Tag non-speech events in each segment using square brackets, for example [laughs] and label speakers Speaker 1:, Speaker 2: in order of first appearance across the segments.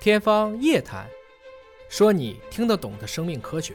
Speaker 1: 天方夜谭，说你听得懂的生命科学。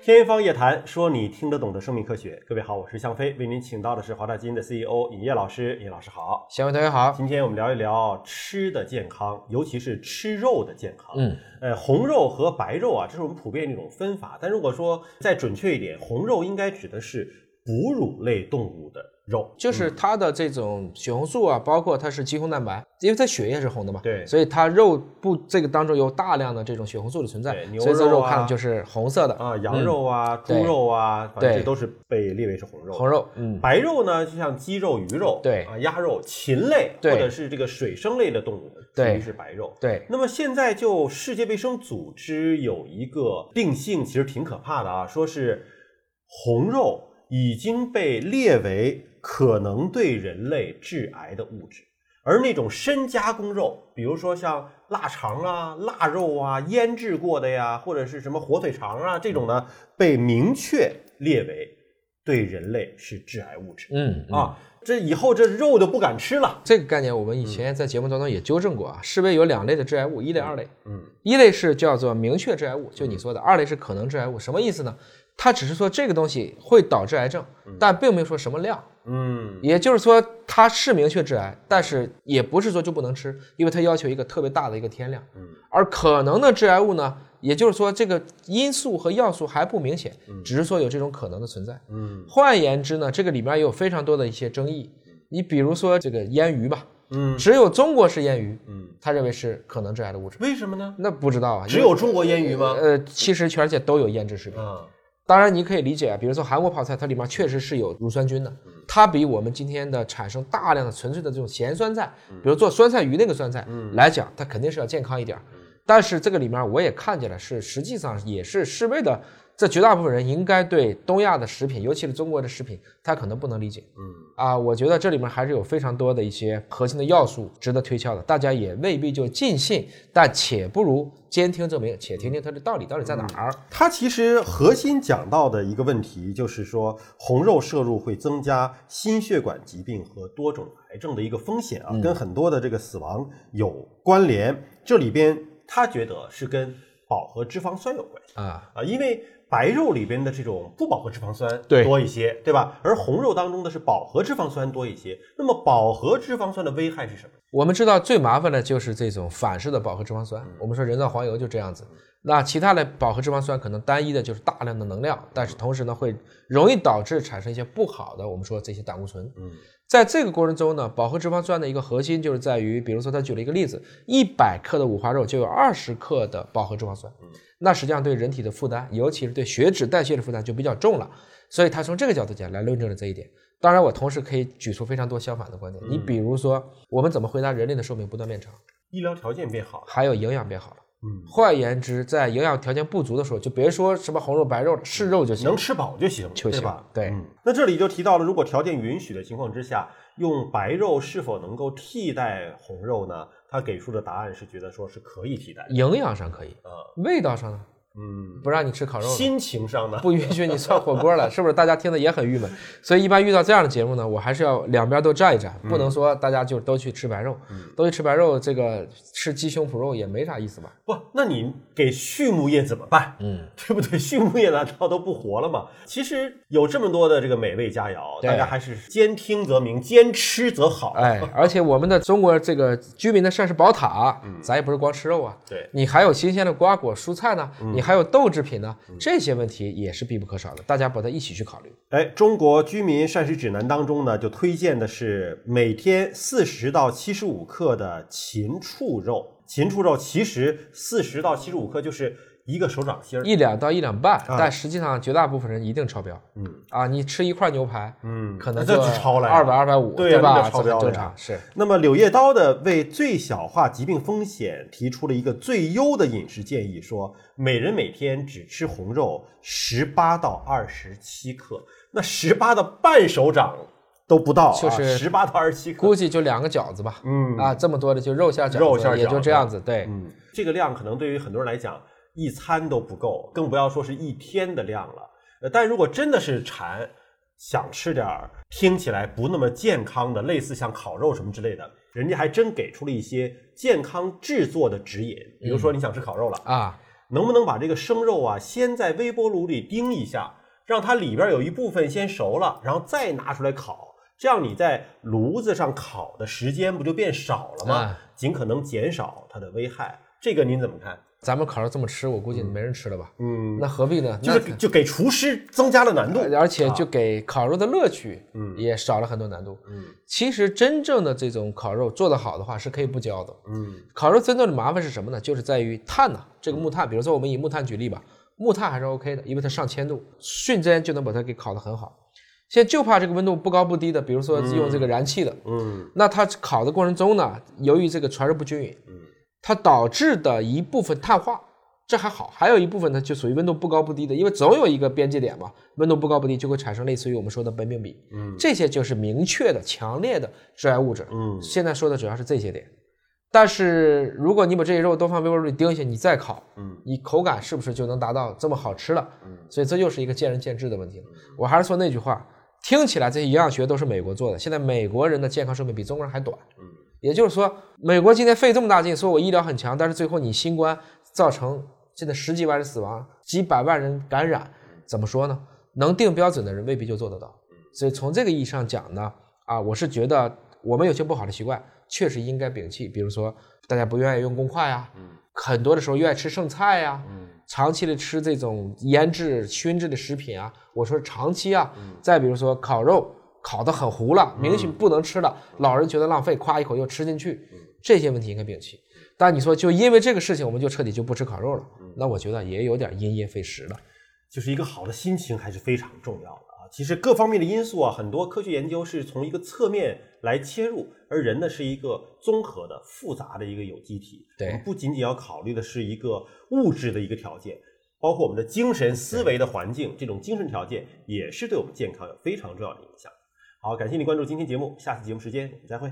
Speaker 2: 天方夜谭，说你听得懂的生命科学。各位好，我是向飞，为您请到的是华大基因的 CEO 尹烨老师。尹老师好，
Speaker 3: 小伟同学好，
Speaker 2: 今天我们聊一聊吃的健康，尤其是吃肉的健康。
Speaker 3: 嗯，
Speaker 2: 呃，红肉和白肉啊，这是我们普遍的一种分法。但如果说再准确一点，红肉应该指的是哺乳类动物的肉。
Speaker 3: 就是它的这种血红素啊，包括它是肌红蛋白，因为它血液是红的嘛，
Speaker 2: 对
Speaker 3: 所以它肉部这个当中有大量的这种血红素的存在
Speaker 2: 对，牛
Speaker 3: 所以这
Speaker 2: 肉
Speaker 3: 肉
Speaker 2: 啊
Speaker 3: 看上就是红色的
Speaker 2: 啊，羊肉啊，
Speaker 3: 嗯对
Speaker 2: 猪肉啊，反正
Speaker 3: 对
Speaker 2: 这都是被列为是红肉。
Speaker 3: 红肉，嗯，
Speaker 2: 白肉呢，就像鸡肉、鱼肉，
Speaker 3: 对
Speaker 2: 啊，鸭肉、禽类或
Speaker 3: 对
Speaker 2: 者是这个水生类的动物，属
Speaker 3: 对
Speaker 2: 于是白肉。
Speaker 3: 对，
Speaker 2: 那么现在就世界卫生组织有一个定性，其实挺可怕的啊，说是红肉已经被列为可能对人类致癌的物质，而那种深加工肉，比如说像腊肠啊、腊肉啊、腌制过的呀，或者是什么火腿肠啊这种呢，被明确列为对人类是致癌物质
Speaker 3: 嗯，
Speaker 2: 啊。这以后这肉就不敢吃了。
Speaker 3: 这个概念我们以前在节目当中也纠正过啊，世卫有两类的致癌物，一类、二类。
Speaker 2: 嗯嗯，
Speaker 3: 一类是叫做明确致癌物，就你说的；二类是可能致癌物，什么意思呢？它只是说这个东西会导致癌症，但并没有说什么量。
Speaker 2: 嗯，
Speaker 3: 也就是说，它是明确致癌，但是也不是说就不能吃，因为它要求一个特别大的一个天量。
Speaker 2: 嗯，
Speaker 3: 而可能的致癌物呢，也就是说这个因素和要素还不明显，只是说有这种可能的存在。
Speaker 2: 嗯，
Speaker 3: 换言之呢，这个里面也有非常多的一些争议。你比如说这个腌鱼吧，
Speaker 2: 嗯，
Speaker 3: 只有中国是腌鱼，
Speaker 2: 嗯，
Speaker 3: 他认为是可能致癌的物质，
Speaker 2: 为什么呢？
Speaker 3: 那不知道啊，
Speaker 2: 只有中国腌鱼吗？
Speaker 3: 呃，其实全世界都有腌制食品。
Speaker 2: 啊，
Speaker 3: 当然，你可以理解啊，比如说韩国泡菜，它里面确实是有乳酸菌的，它比我们今天的产生大量的纯粹的这种咸酸菜，比如做酸菜鱼那个酸菜来讲，它肯定是要健康一点儿。但是这个里面我也看见了，是实际上也是世卫的，这绝大部分人应该对东亚的食品，尤其是中国的食品，他可能不能理解。
Speaker 2: 嗯
Speaker 3: 啊，我觉得这里面还是有非常多的一些核心的要素值得推敲的，大家也未必就尽信，但且不如兼听则明，且听听它的道理到底在哪儿。
Speaker 2: 它其实核心讲到的一个问题就是说，红肉摄入会增加心血管疾病和多种癌症的一个风险啊，跟很多的这个死亡有关联。这里边他觉得是跟饱和脂肪酸有关系
Speaker 3: 啊，
Speaker 2: 啊，因为白肉里边的这种不饱和脂肪酸
Speaker 3: 对
Speaker 2: 多一些，对吧？而红肉当中的是饱和脂肪酸多一些。那么饱和脂肪酸的危害是什么？
Speaker 3: 我们知道最麻烦的就是这种反式的饱和脂肪酸，我们说人造黄油就这样子。那其他的饱和脂肪酸可能单一的就是大量的能量，但是同时呢会容易导致产生一些不好的，我们说这些胆固醇。
Speaker 2: 嗯，
Speaker 3: 在这个过程中呢，饱和脂肪酸的一个核心就是在于，比如说他举了一个例子，一百克的五花肉就有二十克的饱和脂肪酸，那实际上对人体的负担，尤其是对血脂代谢的负担就比较重了。所以他从这个角度讲来论证了这一点。当然，我同时可以举出非常多相反的观点。
Speaker 2: 嗯
Speaker 3: 你比如说，我们怎么回答人类的寿命不断变长，
Speaker 2: 医疗条件变好了。
Speaker 3: 还有营养变好了。
Speaker 2: 嗯，
Speaker 3: 换言之，在营养条件不足的时候，就别说什么红肉白肉了，是肉就行
Speaker 2: 能。吃饱就行，
Speaker 3: 就
Speaker 2: 对
Speaker 3: 行
Speaker 2: 吧？
Speaker 3: 对
Speaker 2: 嗯。那这里就提到了，如果条件允许的情况之下，用白肉是否能够替代红肉呢？他给出的答案是觉得说是可以替代的。
Speaker 3: 营养上可以，
Speaker 2: 啊，
Speaker 3: 味道上呢，
Speaker 2: 嗯，
Speaker 3: 不让你吃烤肉了。
Speaker 2: 心情上呢？
Speaker 3: 不允许你涮火锅了，是不是？大家听的也很郁闷。所以一般遇到这样的节目呢，我还是要两边都站一站，不
Speaker 2: 嗯
Speaker 3: 能说大家就都去吃白肉，都去吃白肉，这个吃鸡胸脯肉也没啥意思吧？
Speaker 2: 不，那你给畜牧业怎么办？嗯， [laughs] 对不对？畜牧业难道都不活了吗？其实有这么多的这个美味佳肴，
Speaker 3: 对
Speaker 2: 大家还是兼听则明，兼吃则好。
Speaker 3: 哎，而且我们的中国这个居民的膳食宝塔，
Speaker 2: 嗯
Speaker 3: 咱也不是光吃肉啊，
Speaker 2: 对，
Speaker 3: 你还有新鲜的瓜果蔬菜呢，
Speaker 2: 嗯
Speaker 3: 你还有豆制品呢，这些问题也是必不可少的，大家把它一起去考虑。
Speaker 2: 哎，中国居民膳食指南当中呢，就推荐的是每天四十到七十五克的禽畜肉。禽畜肉其实四十到七十五克就是一个手掌心儿。
Speaker 3: 一两到一两半，但实际上绝大部分人一定超标。
Speaker 2: 啊嗯
Speaker 3: 啊，你吃一块牛排，
Speaker 2: 嗯
Speaker 3: 可能
Speaker 2: 那
Speaker 3: 就
Speaker 2: 这就超了呀
Speaker 3: 二百二百五，
Speaker 2: 对呀
Speaker 3: 对
Speaker 2: 那
Speaker 3: 吧？
Speaker 2: 就超
Speaker 3: 这
Speaker 2: 标
Speaker 3: 很
Speaker 2: 了
Speaker 3: 正
Speaker 2: 呀嗯
Speaker 3: 常，是。
Speaker 2: 那么柳叶刀的为最小化疾病风险提出了一个最优的饮食建议，说每人每天只吃红肉十八到二十七克，那十八的半手掌都不到、啊，
Speaker 3: 就是
Speaker 2: 十八到二十七克。
Speaker 3: 估计就两个饺子吧。
Speaker 2: 嗯
Speaker 3: 啊，这么多的就肉馅饺子，
Speaker 2: 肉馅饺子
Speaker 3: 也就这样子。对，
Speaker 2: 嗯，这个量可能对于很多人来讲，一餐都不够，更不要说是一天的量了。呃，但如果真的是馋，想吃点儿听起来不那么健康的，类似像烤肉什么之类的，人家还真给出了一些健康制作的指引，比如说你想吃烤肉了，
Speaker 3: 啊，
Speaker 2: 能不能把这个生肉啊先在微波炉里叮一下，让它里边有一部分先熟了，然后再拿出来烤，这样你在炉子上烤的时间不就变少了吗
Speaker 3: 啊？
Speaker 2: 尽可能减少它的危害，这个您怎么看？
Speaker 3: 咱们烤肉这么吃，我估计没人吃了吧？
Speaker 2: 嗯，
Speaker 3: 那哎何必呢？
Speaker 2: 就是给就给厨师增加了难度，啊
Speaker 3: 那呃而且就给烤肉的乐趣，
Speaker 2: 嗯
Speaker 3: 也少了很多难度。
Speaker 2: 嗯
Speaker 3: 其实真正的这种烤肉做得好的话，是可以不焦的。
Speaker 2: 嗯
Speaker 3: 烤肉真正的麻烦是什么呢？就是在于碳呐、这个木炭，比如说我们以木炭举例吧，木炭还是 OK 的，因为它上千度，瞬间就能把它给烤得很好。现在就怕这个温度不高不低的，比如说用这个燃气的，
Speaker 2: 嗯
Speaker 3: 那它烤的过程中呢，由于这个传热不均匀，它导致的一部分碳化，这还好，还有一部分呢就属于温度不高不低的，因为总有一个边界点嘛，温度不高不低就会产生类似于我们说的苯丙比，
Speaker 2: 嗯，
Speaker 3: 这些就是明确的、强烈的致癌物质。
Speaker 2: 嗯
Speaker 3: 现在说的主要是这些点，但是如果你把这些肉都放微波炉里叮一下，你再烤，
Speaker 2: 嗯，
Speaker 3: 你口感是不是就能达到这么好吃了？嗯，所以这又是一个见仁见智的问题了。我还是说那句话，听起来这些营养学都是美国做的，现在美国人的健康寿命比中国人还短。嗯，也就是说，美国今天费这么大劲说我医疗很强，但是最后你新冠造成现在十几万人死亡，几百万人感染，怎么说呢？能定标准的人未必就做得到。所以从这个意义上讲呢，啊，我是觉得我们有些不好的习惯确实应该摒弃，比如说大家不愿意用公筷啊，很多的时候愿意吃剩菜啊呀、长期的吃这种腌制、熏制的食品啊，我说长期啊，再比如说烤肉烤得很糊了，明显不能吃了，老人觉得浪费，夸一口又吃进去，这些问题应该摒弃。但你说就因为这个事情，我们就彻底就不吃烤肉了，那我觉得也有点因噎废食了。
Speaker 2: 就是一个好的心情还是非常重要的啊。其实各方面的因素啊，很多科学研究是从一个侧面来切入，而人呢是一个综合的、复杂的一个有机体。
Speaker 3: 对
Speaker 2: 我们不仅仅要考虑的是一个物质的一个条件，包括我们的精神、思维的环境，这种精神条件也是对我们健康有非常重要的影响。好，感谢你关注今天节目，下次节目时间我们再会。